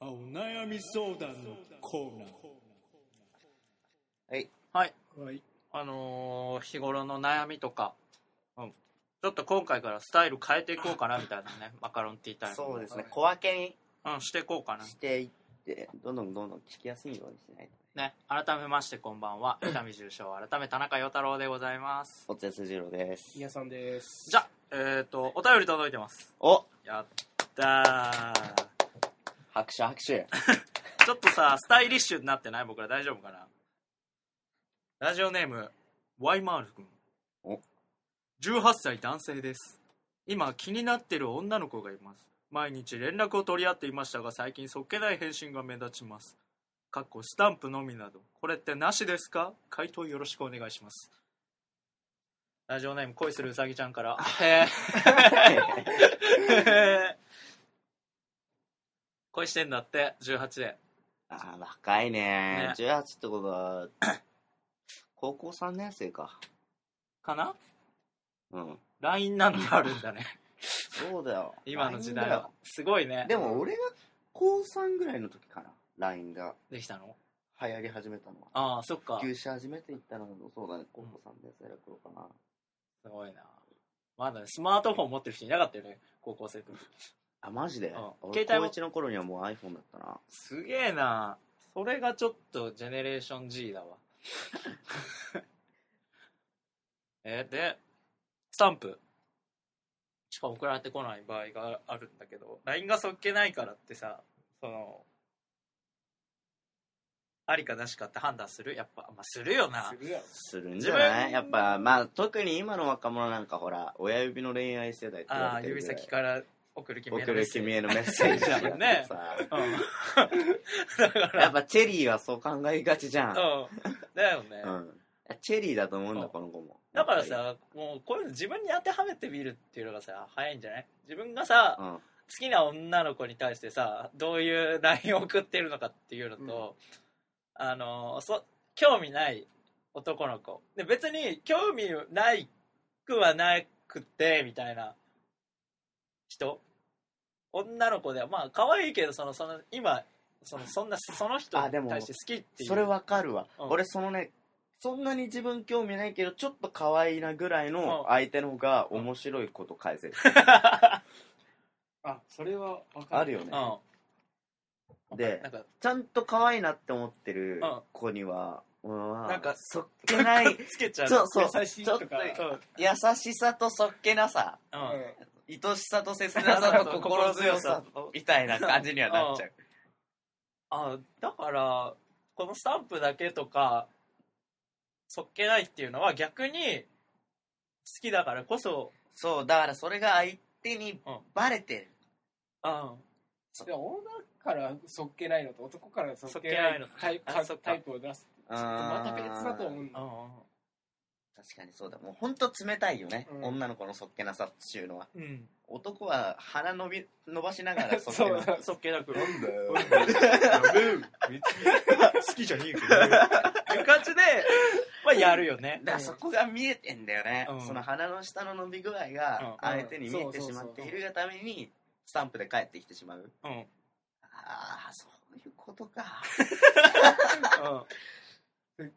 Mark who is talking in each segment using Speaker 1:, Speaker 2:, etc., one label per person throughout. Speaker 1: お悩み相談のコーナー。
Speaker 2: はい。
Speaker 3: はい。
Speaker 1: はい。
Speaker 3: あのー日頃の悩みとか、
Speaker 2: うん
Speaker 3: ちょっと今回からスタイル変えていこうかなみたいな ね、マカロンティータイム。
Speaker 2: そうですね。小分けに
Speaker 3: うん、していこうかな
Speaker 2: し。ていって、どんどんどんどん聞きやすいようにしないと。
Speaker 3: ね、改めましてこんばん は。伊丹重賞、改め田中与太郎でございます。
Speaker 2: おつやすじろうです。
Speaker 4: 皆さんです。
Speaker 3: じゃあ、えっ、と、お便り届いてます。
Speaker 2: お
Speaker 3: やったー。
Speaker 2: 拍手拍 手。
Speaker 3: ちょっとさ、スタイリッシュになってない僕ら大丈夫かなラジオネーム、ワイマール君。
Speaker 2: お
Speaker 3: 18歳男性です。今、気になってる女の子がいます。毎日連絡を取り合っていましたが、最近そっけない返信が目立ちます。かっこスタンプのみなど。これってなしですか回答よろしくお願いします。ラジオネーム、恋するうさぎちゃんから。へー 恋してんだって、18で。
Speaker 2: あー、若いね
Speaker 3: ね
Speaker 2: 18ってことは、高校3年生か。
Speaker 3: かな
Speaker 2: うん。
Speaker 3: LINE なのがあるんだ ね
Speaker 2: そうだよ。
Speaker 3: 今の時代
Speaker 2: LINE だ
Speaker 3: は
Speaker 2: よ
Speaker 3: すごいね
Speaker 2: でも俺が高3ぐらいの時かな。LINE が
Speaker 3: できたの
Speaker 2: 流行り始めたのは。
Speaker 3: ああそっか
Speaker 2: 休止始めていったのもそうだね。高校3年生の頃かな。
Speaker 3: すごいなまだスマートフォン持ってる人いなかったよね高校生の時
Speaker 2: あ、マジで
Speaker 3: うん
Speaker 2: 俺高
Speaker 3: 携帯も
Speaker 2: 1の頃にはもう iPhone だったな。
Speaker 3: すげえなそれがちょっとジェネレーション G だわ えでスタンプしか送られてこない場合があるんだけど LINE がそっけないからってさそのありかなしかって判断するやっぱ、まあ、するよな
Speaker 4: するやろ。
Speaker 2: するんじゃな
Speaker 3: 自
Speaker 2: い
Speaker 3: 分
Speaker 2: やっぱ、まあ、特に今の若者なんかほら、親指の恋愛世代って言
Speaker 3: あ
Speaker 2: わ
Speaker 3: あ
Speaker 2: れてるぐ
Speaker 3: 指
Speaker 2: らい
Speaker 3: 先から送る君への
Speaker 2: 送
Speaker 3: メ
Speaker 2: る君へ
Speaker 3: ッセージ
Speaker 2: のメッセージだ
Speaker 3: そうだよね
Speaker 2: さ。
Speaker 3: うんだから
Speaker 2: やっぱチェリーはそう考えがちじゃん。
Speaker 3: うんだよね、
Speaker 2: うん。チェリーだと思うんだ、
Speaker 3: うん
Speaker 2: この子も。
Speaker 3: だから、さもうこういうの自分に当てはめてみるっていうのがさ早いんじゃない自分がさ、
Speaker 2: うん。
Speaker 3: 好きな女の子に対してさどういう LINE を送ってるのかっていうのと、あのそ興味ない男の子で別に興味ないくはなくてみたいな人女の子ではまあ可愛いけどそのその今そのそんなその人
Speaker 2: あで
Speaker 3: に
Speaker 2: も
Speaker 3: 対して好きっていう
Speaker 2: それわかるわ。
Speaker 3: うん
Speaker 2: 俺、そのね、そんなに自分興味ないけど、ちょっと可愛いなぐらいうの
Speaker 3: ん
Speaker 2: 相手の方が面白いこと返せる。
Speaker 4: あ、それはわか
Speaker 2: あ
Speaker 4: る
Speaker 2: る
Speaker 4: よ。
Speaker 2: よね。
Speaker 3: うん
Speaker 2: で
Speaker 3: なんか
Speaker 2: ちゃんと可愛いなって思ってる
Speaker 3: うん
Speaker 2: 子には、な
Speaker 3: なんか
Speaker 2: そっけない、
Speaker 3: つけちゃう
Speaker 2: そうそう、
Speaker 4: 優しい
Speaker 2: ちょっ
Speaker 4: と
Speaker 2: と
Speaker 4: か。
Speaker 3: うん
Speaker 2: 優しさとそっけなさ、
Speaker 3: うん
Speaker 2: 愛しさと切なさ と心強さみたいな感じにはなっちゃう。
Speaker 3: あだからこのスタンプだけとかそっけないっていうのは逆に好きだからこそ、
Speaker 2: そう、だからそれが相手に
Speaker 3: うん
Speaker 2: バレてる。
Speaker 3: うん、
Speaker 4: で女からそっけないのと男からそっけ
Speaker 3: そっけな
Speaker 4: ないい
Speaker 3: の
Speaker 4: タイプ
Speaker 3: あ
Speaker 4: か
Speaker 3: そっか
Speaker 4: タイプを出す。
Speaker 2: う
Speaker 4: また別だと思うんだ。
Speaker 2: 確かにそうだ。もうほんと冷たいよね。
Speaker 4: うん
Speaker 2: 女の子のそっけなさっていうのは。
Speaker 3: うんうん
Speaker 2: 男は鼻伸び、伸ばしながらそっ
Speaker 4: そ
Speaker 2: け
Speaker 4: う
Speaker 2: なさ。
Speaker 3: そっけなく
Speaker 5: なんだよ。やべえ好きじゃねえけどね。
Speaker 3: いう感じで、まあ、やるよね
Speaker 2: だからそこが見えてんだよね、
Speaker 3: うん
Speaker 2: その鼻の下の伸び具合
Speaker 3: うん
Speaker 2: が相手に見えてしまっているがためにスタンプで帰ってきてしまう
Speaker 3: うん、うん、
Speaker 2: ああそういうことか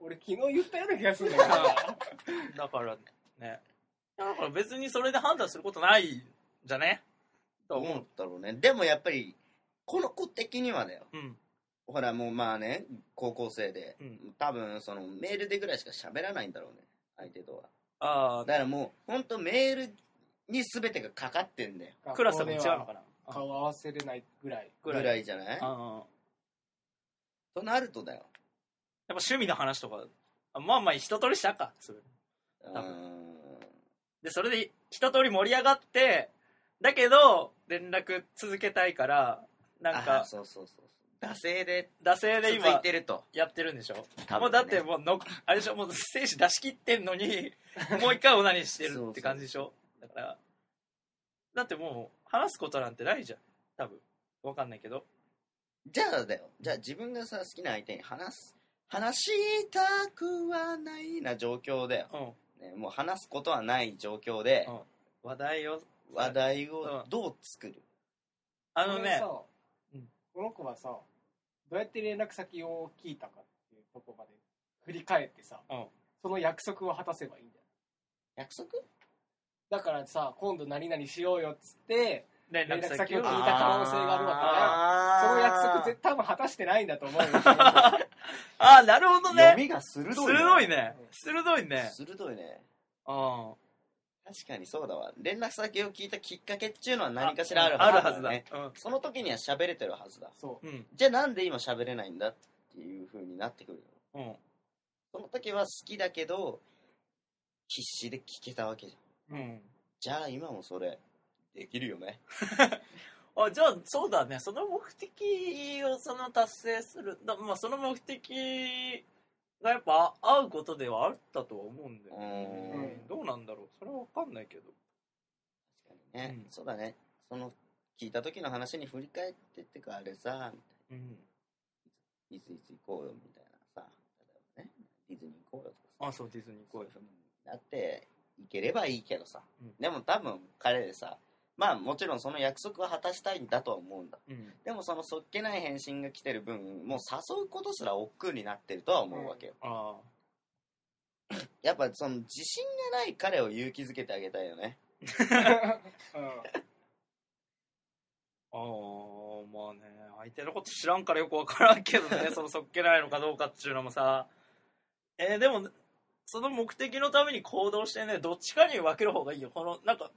Speaker 4: 俺昨日言ったような気がするんだけどな。
Speaker 3: だからねだから別にそれで判断することないんじゃね
Speaker 2: と思ったろうねでもやっぱりこの子的にはだよ
Speaker 3: うん
Speaker 2: ほらもうまあね高校生で、
Speaker 3: うん
Speaker 2: 多分そのメールでぐらいしか喋らないんだろうね相手とは
Speaker 3: あ
Speaker 2: だからもうほんとメールに全てがかかってんだよ
Speaker 3: あ クラスも違うの
Speaker 4: 学校
Speaker 3: かな
Speaker 4: では顔合わせれないぐらい。
Speaker 2: ぐ
Speaker 3: ぐ
Speaker 2: ら
Speaker 3: ら
Speaker 2: い
Speaker 3: い
Speaker 2: じゃない
Speaker 3: うんうん
Speaker 2: となるとだよ
Speaker 3: やっぱ趣味の話とかあまあまあ一通りしたかそれ
Speaker 2: うー
Speaker 3: 多
Speaker 2: ん
Speaker 3: でそれで一通り盛り上がってだけど連絡続けたいからなん
Speaker 2: あー
Speaker 3: か
Speaker 2: そうそうそうそう惰性で
Speaker 3: 惰性
Speaker 2: 続
Speaker 3: で
Speaker 2: い
Speaker 3: 今
Speaker 2: てると
Speaker 3: やってるんでしょ、
Speaker 2: 多分ね
Speaker 3: もうだってもうのあれでしょもう精子出し切ってん のにもう一回オナニーしてるって感じでしょだからだってもう話すことなんてないじゃん多分わかんないけど
Speaker 2: じゃあだよじゃあ自分がさ好きな相手に話す話したくはないな状況だよ、
Speaker 3: うん
Speaker 2: ね、もう話すことはない状況で
Speaker 3: うん話題を
Speaker 2: 話題
Speaker 3: は
Speaker 2: を
Speaker 3: い
Speaker 2: どう作る、
Speaker 3: あの
Speaker 4: これ
Speaker 3: ね
Speaker 4: さ
Speaker 3: うん
Speaker 4: この子はさどうやって連絡先を聞いたかっていうとこまで振り返ってさ、
Speaker 1: うん
Speaker 4: その約束を果たせばいいんだよ
Speaker 2: 約束
Speaker 4: だからさ今度何々しようよっつって
Speaker 3: 連
Speaker 4: 連
Speaker 3: 絡
Speaker 4: 絡
Speaker 3: 先
Speaker 4: 先
Speaker 3: を
Speaker 4: を
Speaker 3: 聞
Speaker 4: 聞
Speaker 3: い
Speaker 4: い
Speaker 3: た
Speaker 4: た
Speaker 3: か
Speaker 4: か
Speaker 3: も
Speaker 4: も
Speaker 2: あ
Speaker 4: 可能性があるわそ
Speaker 2: あ
Speaker 4: の約束絶対多分果たしてないんだと思う よあ
Speaker 3: ああなるほど
Speaker 2: 読
Speaker 3: ね
Speaker 2: みが鋭いな
Speaker 3: 鋭いね鋭いね
Speaker 2: 鋭いね
Speaker 3: うん
Speaker 2: 確かにそうだわ連絡先を聞いたきっかけっていうのは何かしらある
Speaker 3: ある
Speaker 2: はず
Speaker 3: はずだ
Speaker 2: ねその時には喋れてるはずだ
Speaker 4: そ
Speaker 3: うん
Speaker 2: じゃあなんで今喋れないんだっていう風になってくるの
Speaker 3: うん
Speaker 2: その時は好きだけど必死で聞けたわけじゃん
Speaker 3: うん
Speaker 2: じゃあ今もそれできるよね
Speaker 3: あじゃあそうだねその目的をその達成するだ、まあ、その目的がやっぱ合うことではあったとは思うんだ
Speaker 2: う
Speaker 3: よ
Speaker 2: ー
Speaker 4: う
Speaker 2: ん
Speaker 3: ね、うん
Speaker 2: 確
Speaker 3: んどうなんだろうそれは分かんないけど
Speaker 2: かにね、
Speaker 3: うん
Speaker 2: そうだねその聞いた時の話に振り返ってってかあれさ
Speaker 3: うん
Speaker 2: いついつ行こうよみたいなさ例えばねディズニー行こうよとかさ
Speaker 3: あそうディズニー行こうよ
Speaker 2: だって行ければいいけどさ、
Speaker 3: うん
Speaker 2: でも多分彼でさまあもちろんその約束は果たしたいんだとは思うんだ
Speaker 3: うん
Speaker 2: でもそのそっけない返信が来てる分もう誘うことすら億劫になってるとは思うわけよ、
Speaker 3: ああ
Speaker 2: やっぱその自信がない彼を勇気づけてあげたいよね
Speaker 4: う、う
Speaker 3: ああまあね相手のこと知らんからよく分からんけどねそのそっけないのかどうかっていうのもさえーでもその目的のために行動してねどっちかに分ける方がいいよこのなんか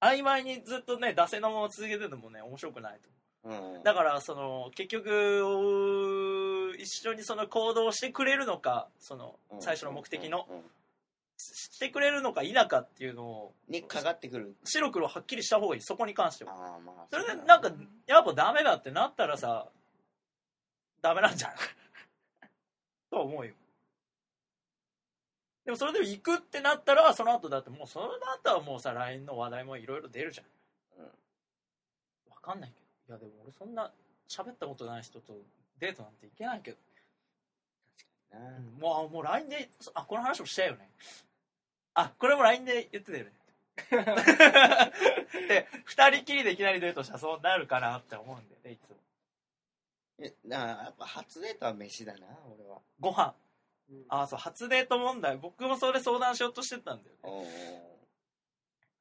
Speaker 3: 曖昧にずっとね惰性のまま続けてるのもね面白くないと
Speaker 2: うん
Speaker 3: だからその結局一緒にその行動してくれるのかその
Speaker 2: うん
Speaker 3: 最初の目的の
Speaker 2: うんうん
Speaker 3: ししてくれるのか否かっていうのを
Speaker 2: にかかってくる
Speaker 3: 白黒はっきりした方がいいそこに関しては
Speaker 2: ああまあ
Speaker 3: それ
Speaker 2: うだ
Speaker 3: で
Speaker 2: ね
Speaker 3: なんかやっぱダメだってなったらさダメなんじゃない とは思うよでもそれでも行くってなったらその後だってもうその後はもうさ LINE の話題もいろいろ出るじゃん、
Speaker 2: うん
Speaker 3: 分かんないけどいやでも俺そんな喋ったことない人とデートなんて行けないけど、
Speaker 2: うん
Speaker 3: もうもう LINE であこの話もしたよねあこれも LINE で言って たよねで二人きりでいきなりデートしたらそうなるかなって思うんだよねいつも
Speaker 2: えだからやっぱ初デートは飯だな俺は
Speaker 3: ご飯
Speaker 4: ん
Speaker 3: あそう初デート問題僕もそれ相談しようとしてたんだよね
Speaker 2: おー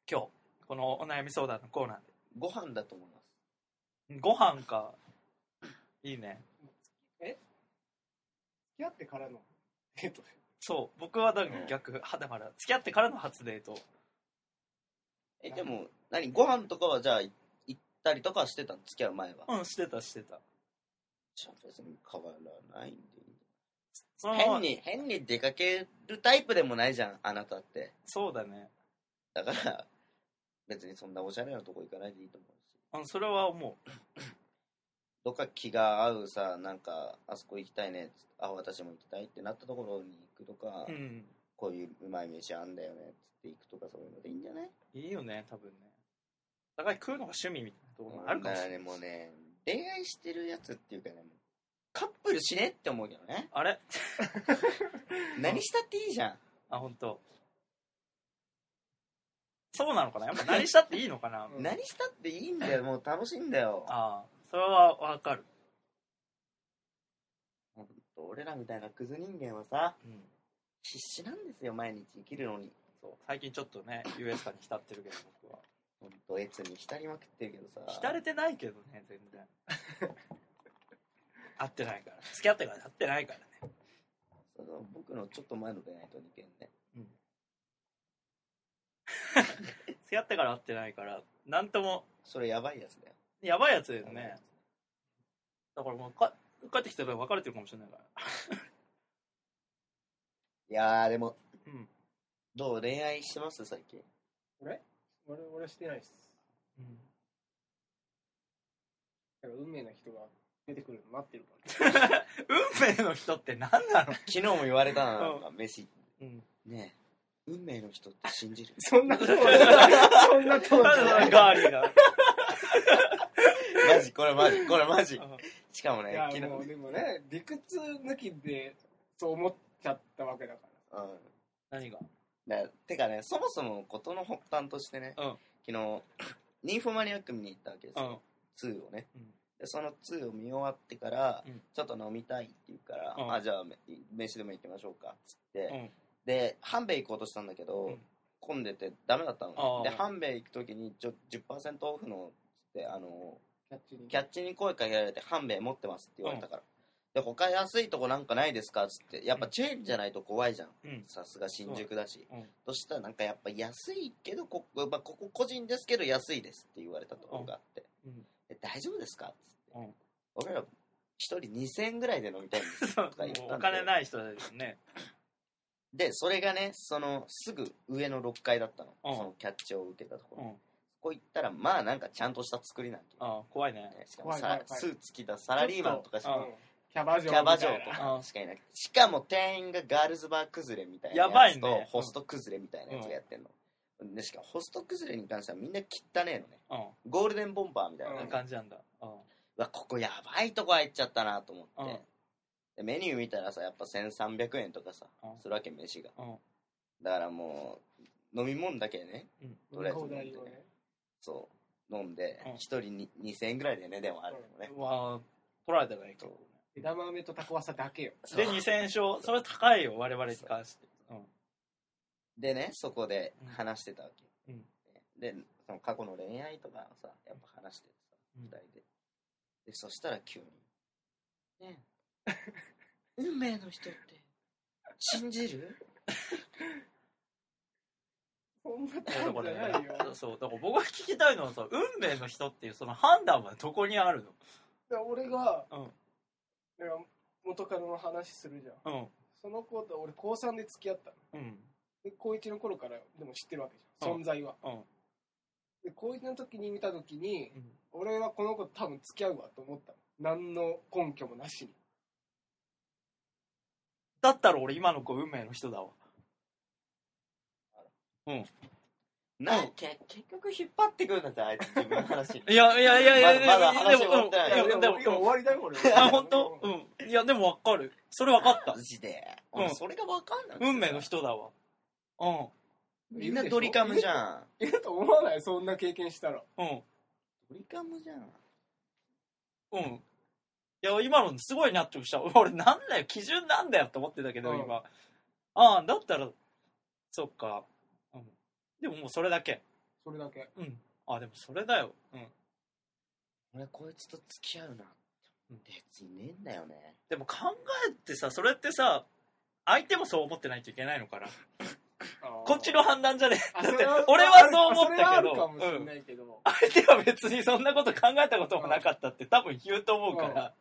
Speaker 3: 今日このお悩み相談のコーナー
Speaker 2: ご飯だと思います
Speaker 3: でご飯かいいね
Speaker 4: 付き合ってからのデートで
Speaker 3: そう僕はだから逆はだから付き合ってからの初デート
Speaker 2: えでも何ご飯とかはじゃあい行ったりとかはしてたの付き合う前は、
Speaker 3: うんしてたしてた
Speaker 2: じゃあ別に変わらないんで
Speaker 3: その
Speaker 2: 変に変に出かけるタイプでもないじゃんあなたって
Speaker 3: そうだね
Speaker 2: だから別にそんなおしゃれなとこ行かないでいいと思うし
Speaker 3: あのそれは思う
Speaker 2: どっか気が合うさなんかあそこ行きたいねあ私も行きたいってなったところに行くとか、
Speaker 3: うん
Speaker 2: こういううまい飯あんだよねっつって行くとかそういうのでいいんじゃない
Speaker 3: いいよね多分ねお互い食うのが趣味みたいなところもあるかもしれない、
Speaker 2: だからねもうね恋愛してるやつっていうかねカップルしねって思うけどね
Speaker 3: あれ
Speaker 2: 何したっていいじゃん
Speaker 3: あ本当。そうなのかなやっぱ何したっていいのかな
Speaker 4: うん
Speaker 2: 何したっていいんだよもう楽しいんだよ
Speaker 3: ああそれはわかる
Speaker 2: 俺らみたいなクズ人間はさ
Speaker 3: うん
Speaker 2: 必死なんですよ毎日生きるのに
Speaker 3: そう最近ちょっとね US 化に浸ってるけど僕は
Speaker 2: 本当エツに浸りまくってるけどさ
Speaker 3: 浸れてないけどね全然合ってないから付き合ってから合ってないからね
Speaker 2: その僕のちょっと前の恋愛と似てんね
Speaker 3: 付き合ってから合ってないからなんとも
Speaker 2: それやばいやつだよ
Speaker 3: やばいやつだよねだからもうか帰ってきたら別れてるかもしれないから
Speaker 2: いやーでも
Speaker 3: うん、
Speaker 2: どう恋愛してます最近
Speaker 4: 俺俺してないっす
Speaker 3: うん、
Speaker 4: だから運命の人が出てくるの待ってるから
Speaker 3: 運命の人って何なの、
Speaker 2: 昨日も言われたな
Speaker 3: うん
Speaker 2: なんか飯
Speaker 3: うん、
Speaker 2: ねえ運命の人って信じる
Speaker 4: そんなこと ないそんなこと
Speaker 3: なんでそん
Speaker 4: な
Speaker 3: ないガーリーな
Speaker 2: マジこれマジこれマジ
Speaker 3: の
Speaker 2: しかもね
Speaker 4: いや
Speaker 2: 昨日
Speaker 4: もうでもね理屈抜きでそう思っちゃったわけだから
Speaker 2: うん
Speaker 3: 何が
Speaker 2: だてかねそもそも事の発端としてね、
Speaker 3: うん
Speaker 2: 昨日ニンフォマニアック見に行ったわけです
Speaker 3: う
Speaker 2: よ、
Speaker 3: ん
Speaker 2: 2をね、
Speaker 3: うん
Speaker 2: でその2を見終わってから、
Speaker 3: うん
Speaker 2: ちょっと飲みたいって言うから、
Speaker 3: うん
Speaker 2: あじゃあめ飯でも行きましょうかっつって、
Speaker 3: うん
Speaker 2: で半兵衛行こうとしたんだけど、
Speaker 3: うん
Speaker 2: 混んでてダメだった
Speaker 3: あ
Speaker 2: の
Speaker 3: あ
Speaker 2: で半兵衛行く時にちょ10%オフのってあの
Speaker 4: キャッチに。
Speaker 2: キャッチに声かけられて半兵衛持ってますって言われたから、で他安いとこなんかないですかっつってやっぱチェーンじゃないと怖いじゃん
Speaker 3: うん
Speaker 2: さすが新宿だし、
Speaker 3: うん
Speaker 2: そしたらなんかやっぱ安いけどこ,、まあ、ここ個人ですけど安いですって言われたところがあって、
Speaker 3: うんうん
Speaker 2: で大丈夫ですかっつって、
Speaker 3: うん
Speaker 2: 俺ら一人2000円ぐらいで飲みたいんですとか言ったんで
Speaker 3: お金ない人ですね
Speaker 2: でそれがねそのすぐ上の6階だったの、
Speaker 3: うん
Speaker 2: そのキャッチを受けたとこ
Speaker 3: う
Speaker 2: ろ、
Speaker 3: ん
Speaker 2: ここ行ったらまあなんかちゃんとした作りなんて、
Speaker 3: あ怖いね
Speaker 2: ねしかもさ
Speaker 4: 怖い怖い怖い
Speaker 2: スーツ着たサラリーマンとかし
Speaker 4: う
Speaker 2: か
Speaker 4: んキャバ嬢み
Speaker 2: キ
Speaker 4: たいな。
Speaker 2: ャバ嬢とか
Speaker 3: うん
Speaker 2: しかいなくてしかも店員がガールズバー崩れみたいな
Speaker 3: やば
Speaker 2: や
Speaker 3: い
Speaker 2: つ
Speaker 3: ね
Speaker 2: とホスト崩れみたいなやつがやってんの、でしかもホスト崩れに関してはみんな汚ねえのね
Speaker 3: うん
Speaker 2: ゴールデンボンバーみたいな
Speaker 3: こん
Speaker 2: 感
Speaker 3: な
Speaker 2: じ、
Speaker 3: 感じなんだうん
Speaker 2: うわここやばいとこ入っちゃったなと思って、
Speaker 3: うん
Speaker 2: でメニュー見たらさやっぱ1300円とかさ
Speaker 3: うん
Speaker 2: するわけ飯が
Speaker 3: うん
Speaker 2: だからもう飲み物だけねとりあえず
Speaker 4: 放題をね。
Speaker 2: そう飲んで
Speaker 3: うん
Speaker 2: 一人に2000円ぐらいでねでもあるのね
Speaker 3: うわ取られたらいいと
Speaker 4: 枝豆とタコワサだけよ。
Speaker 2: そう
Speaker 3: で2000勝それ高いよ我々に関して
Speaker 2: でねそこで
Speaker 3: うん
Speaker 2: 話してたわけ、
Speaker 3: うん
Speaker 2: でその過去の恋愛とかをさやっぱ話しててさ
Speaker 3: うん
Speaker 2: 二人ででそしたら急に「ね え運命の人って信じる?」
Speaker 4: そんな
Speaker 3: だ
Speaker 4: ことじゃないよ。
Speaker 3: からそうだから僕が聞きたいのはさ運命の人っていうその判断はどこにある
Speaker 4: で俺が、
Speaker 3: うん
Speaker 4: だから元カノの話するじゃん。
Speaker 3: の
Speaker 4: その子と俺高3で付き合ったの。
Speaker 3: うんうん
Speaker 4: で、高1の頃からでも知ってるわけじゃ
Speaker 3: う
Speaker 4: ん。
Speaker 3: ん
Speaker 4: 存在は。
Speaker 3: うん
Speaker 4: で、高1の時に見た時に、俺はこの子と多分付き合うわと思ったの。何の根拠もなしに。
Speaker 3: だったら俺今の子運命の人だわ
Speaker 2: なけ結局引っ張ってくるんだぜあいつ自分の話に
Speaker 3: いやいやいやいやいや
Speaker 2: まだまだ話
Speaker 3: でも
Speaker 2: 終わってない
Speaker 3: いや
Speaker 4: いや
Speaker 3: で
Speaker 4: で
Speaker 3: も
Speaker 4: も今終わりだよ、俺。
Speaker 3: あ本当うんいやでも分かるそれ分かった
Speaker 2: マジで
Speaker 3: うん
Speaker 2: 俺それが分かんない
Speaker 3: 運命の人だわうん
Speaker 2: みんなドリカムじ
Speaker 4: ゃん。
Speaker 2: ゃん
Speaker 4: いると思わないそんな経験したら。
Speaker 3: うん
Speaker 2: ドリカムじゃん
Speaker 3: うんいや今のすごい納得した 俺なんだよ基準なんだよと思ってたけど
Speaker 4: うん
Speaker 3: 今ああだったらそっかうんでももうそれだけ
Speaker 4: それだけ。
Speaker 3: うんあでもそれだようん
Speaker 2: 俺こいつと付き合うな別にねえんだよね
Speaker 3: でも考えてさそれってさ相手もそう思ってないといけないのかなこっちの判断じゃねえ
Speaker 4: あ
Speaker 3: だっ
Speaker 4: そ
Speaker 3: て
Speaker 4: れは
Speaker 3: 俺はそう思っ
Speaker 4: それは
Speaker 3: た
Speaker 4: ある
Speaker 3: け
Speaker 4: か
Speaker 3: ど
Speaker 4: もし
Speaker 3: う
Speaker 4: れ
Speaker 3: ん
Speaker 4: ないけど。
Speaker 3: 相手は別にそんなこと考えたこともなかったって多分言うと思うから、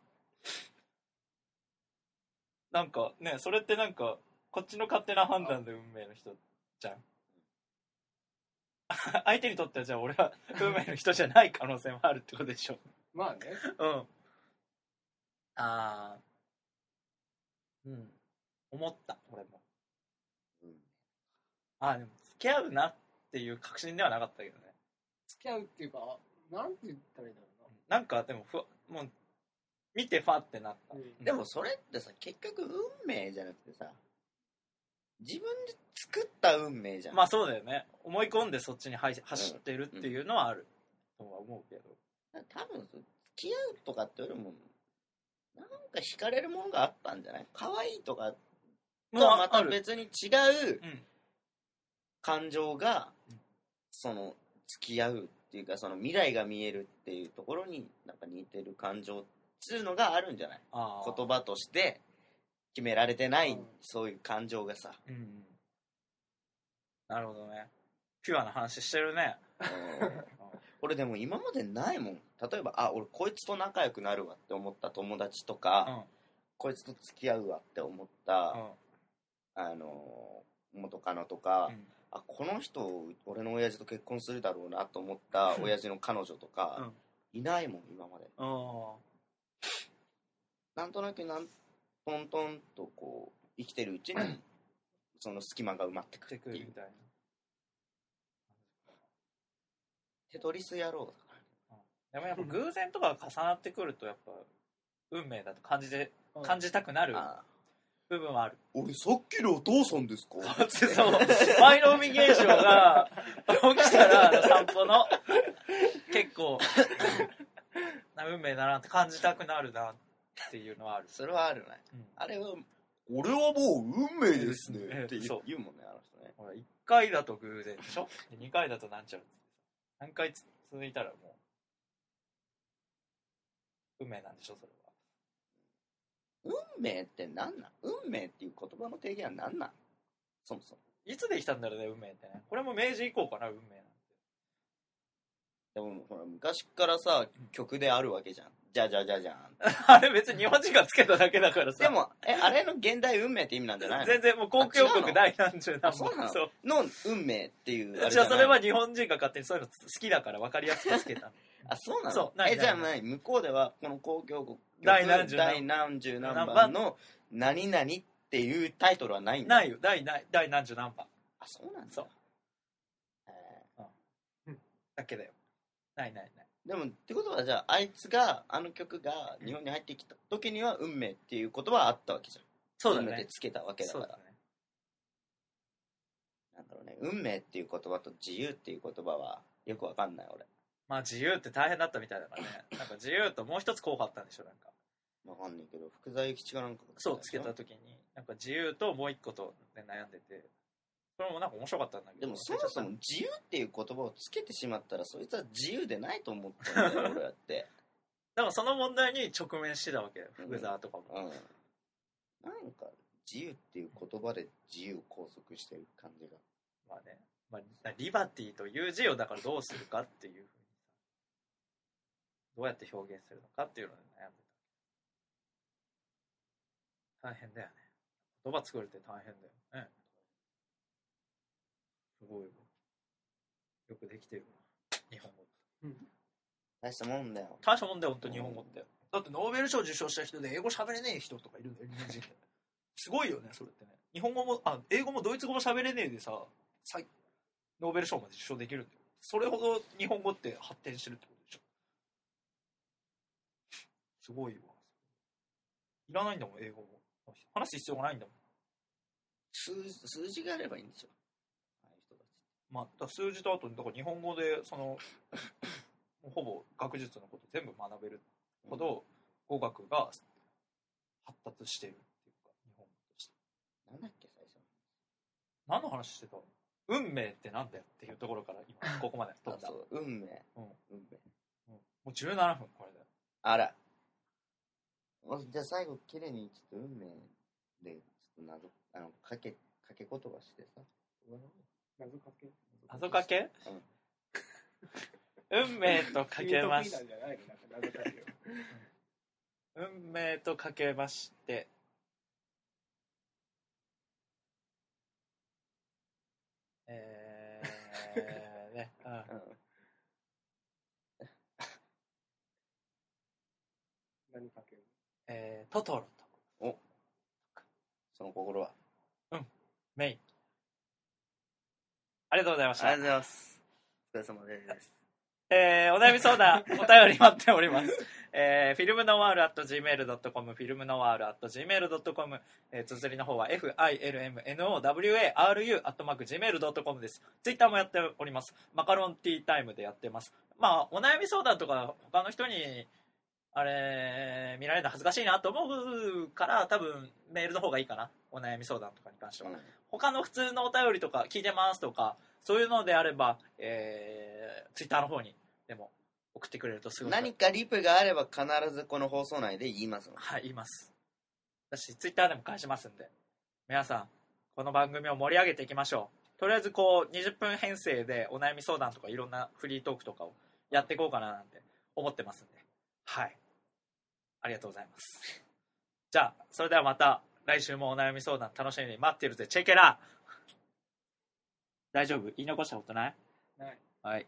Speaker 3: なんかねそれってなんかこっちの勝手な判断で運命の人じゃん 相手にとってはじゃあ俺 は運命の人じゃない可能性もあるってことでしょ
Speaker 4: まあね。
Speaker 3: うんああうん思った俺も
Speaker 2: うん
Speaker 3: ああでも付き合うなっていう確信ではなかったけどね
Speaker 4: 付き合うっていうか、なんて言ったらいいんだろ
Speaker 3: なんかでもふわもう見てファってなった、
Speaker 4: うな。
Speaker 2: でもそれってさ結局運命じゃなくてさ自分で作った運命じゃん、
Speaker 3: まあそうだよね思い込んでそっちに走走ってるっていうのはあるとは思うけど
Speaker 2: 多分付き合うとかってよりもなんか惹かれるものがあったんじゃない可愛いとかとはまた別に違う
Speaker 3: うん
Speaker 2: 感情が
Speaker 3: うん
Speaker 2: その付き合うっていうかその未来が見えるっていうところになんか似てる感情っつうのがあるんじゃない
Speaker 3: あー
Speaker 2: 言葉として決められてない
Speaker 4: うん
Speaker 2: そういう感情がさ、
Speaker 3: うんうんなるほどねピュアな話してるね
Speaker 2: うん 俺でも今までないもん例えばあ俺こいつと仲良くなるわって思った友達とか、
Speaker 3: うん
Speaker 2: こいつと付き合うわって思っ
Speaker 3: う
Speaker 2: た、
Speaker 3: ん
Speaker 2: あのー元カノとか、
Speaker 3: うん
Speaker 2: あこの人俺の親父と結婚するだろうなと思った親父の彼女とか、いないもん今まで
Speaker 3: あー
Speaker 2: なんとなくなんトントンとこう生きてるうち に、その隙間が埋まってく
Speaker 3: 来
Speaker 2: る
Speaker 3: て
Speaker 2: っ
Speaker 3: く
Speaker 2: て
Speaker 3: る
Speaker 2: い
Speaker 3: み
Speaker 2: う
Speaker 3: たい
Speaker 2: テトリス野郎だから
Speaker 3: なでもやっぱ偶然とかが重なってくるとやっぱ運命だと感じて感
Speaker 4: じ。
Speaker 3: じたくなる
Speaker 2: あ
Speaker 3: 部分はある
Speaker 2: 俺さっきのお父さん ですか
Speaker 3: そうマイノミ現象が起きたらあの散歩の結構な運命だなって感じたくなるなっていうのはある、
Speaker 2: それはあるね。
Speaker 3: うん
Speaker 2: あれは、俺はもう運命ですね。って
Speaker 3: そ
Speaker 2: 言う言
Speaker 3: う
Speaker 2: うもんね、あの人ね。
Speaker 3: ほら1回だと偶然でしょ2回だとなんちゃら何回つ続いたらもう運命なんでしょそれは
Speaker 2: 運命って何なん運命っていう言葉の定義は何なんそもそも。
Speaker 3: いつできたんだろうね運命ってねこれも明治以降かな運命なんて
Speaker 2: でもほら、昔からさ、曲であるわけじゃん。じゃじゃじゃじゃん。
Speaker 3: あれ別に日本人がつけただけだからさ
Speaker 2: でも、え、あれの現代運命って意味なんじゃないの
Speaker 3: 全然もう航空王国第何十何
Speaker 2: そうな
Speaker 3: 問
Speaker 2: の
Speaker 3: そう
Speaker 2: の運命っていうあれ
Speaker 3: じゃあ
Speaker 2: な
Speaker 3: そ
Speaker 2: い
Speaker 3: れは日本人が勝手にそういうの好きだから分かりやすくつけた
Speaker 2: あそうなの
Speaker 3: そうない
Speaker 2: えじゃあ
Speaker 3: な
Speaker 2: 何向こうではこの公共国
Speaker 3: 第何十何
Speaker 2: 第何十何番の何々っていうタイトルはないんだ
Speaker 3: ないよ第何第何十何番
Speaker 2: あそうなんだ
Speaker 3: そう
Speaker 2: へ
Speaker 3: だけだよないないない
Speaker 2: えでもってことはじゃああいつがあの曲が日本に入ってきた時には運命っていう言葉はあったわけじゃん
Speaker 3: そうだ
Speaker 2: 運命っ
Speaker 3: ね
Speaker 2: てつけたわけだか
Speaker 3: そう
Speaker 2: ら
Speaker 3: だね
Speaker 2: なんだろうね運命っていう言葉と自由っていう言葉はよくわかんない俺
Speaker 3: まあ自由って大変だったみたいだからねなんか自由ともう一つ候補あったんでしょなんか
Speaker 2: わかんないけど福沢諭吉がなんか
Speaker 3: そうつけた時になんか自由ともう一個とで悩んでてそれもなんか面白かったんだけ
Speaker 2: で
Speaker 3: ど
Speaker 2: もそもそも自由っていう言葉をつけてしまったらそいつは自由でないと思ったんだよ俺だって、
Speaker 3: だからその問題に直面してたわけよ
Speaker 2: うん
Speaker 3: 福沢とかも、
Speaker 2: うん、なんか自由っていう言葉で自由を拘束してる感じが
Speaker 3: まあね、まあ、リバティという字をだからどうするかっていうふうにどうやって表現するのかっていうので悩んでた大変だよね言葉作るって大変だよねすごいわよくできてるわ日本語
Speaker 2: 大したもんだよ
Speaker 3: 大したもんだよ本当に日本語ってだってノーベル賞受賞した人で英語喋れねえ人とかいるんだよ日本人ってすごいよねそれってね日本語もあ英語もドイツ語も喋れねえでささいノーベル賞まで受賞できるんだよそれほど日本語って発展してるってことでしょすごいわいらないんだもん英語も話す必要がないんだもん
Speaker 2: 数数字があればいいんでしょああいう人たち
Speaker 3: まあ、だから数字とあとだから日本語でそのもうほぼ学術のこと全部学べるほど語学が発達しているっていうか日本語として
Speaker 2: なんだっけ最初
Speaker 3: 何の話してたの運命ってなんだよっていうところから今ここまで飛んだ
Speaker 2: あそう運命、
Speaker 3: うん
Speaker 2: 運命
Speaker 3: もう17分これで
Speaker 2: あらおじゃあ最後綺麗にちょっと運命でちょっと謎あのかけかけ言葉してさ
Speaker 4: 謎かけ。
Speaker 3: 謎かけ、 運命とかけまし
Speaker 4: 君とピーナじゃないのなんか謎かけを。
Speaker 3: 運命とかけましてえー、ね、うん
Speaker 2: うん
Speaker 4: 何かけを。
Speaker 3: えー、トトロと
Speaker 2: その心は
Speaker 3: メインありがとうございました、
Speaker 2: ございますお疲れ様です
Speaker 3: えー、お悩み相談お便り待っておりますえー、フィルムノワール at gmail.com フィルムノワール at gmail.com えー、綴りの方は filmnowaru at mark gmail.com ですツイッターもやっておりますマカロンティータイムでやってますまあお悩み相談とか他の人にあれ見られるの恥ずかしいなと思うから多分メールの方がいいかなお悩み相談とかに関しては他の普通のお便りとか聞いてますとかそういうのであれば、えー、ツイッターの方にでも送ってくれるとすごく
Speaker 2: 何かリプがあれば必ずこの放送内で言いますので
Speaker 3: はい言います私ツイッターでも返しますんで皆さんこの番組を盛り上げていきましょうとりあえずこう20分編成でお悩み相談とかいろんなフリートークとかをやっていこうかななんて思ってますんではいありがとうございますじゃあそれではまた来週もお悩み相談楽しみに待ってるぜチェケラ大丈夫言い残したことない
Speaker 4: ない
Speaker 3: はい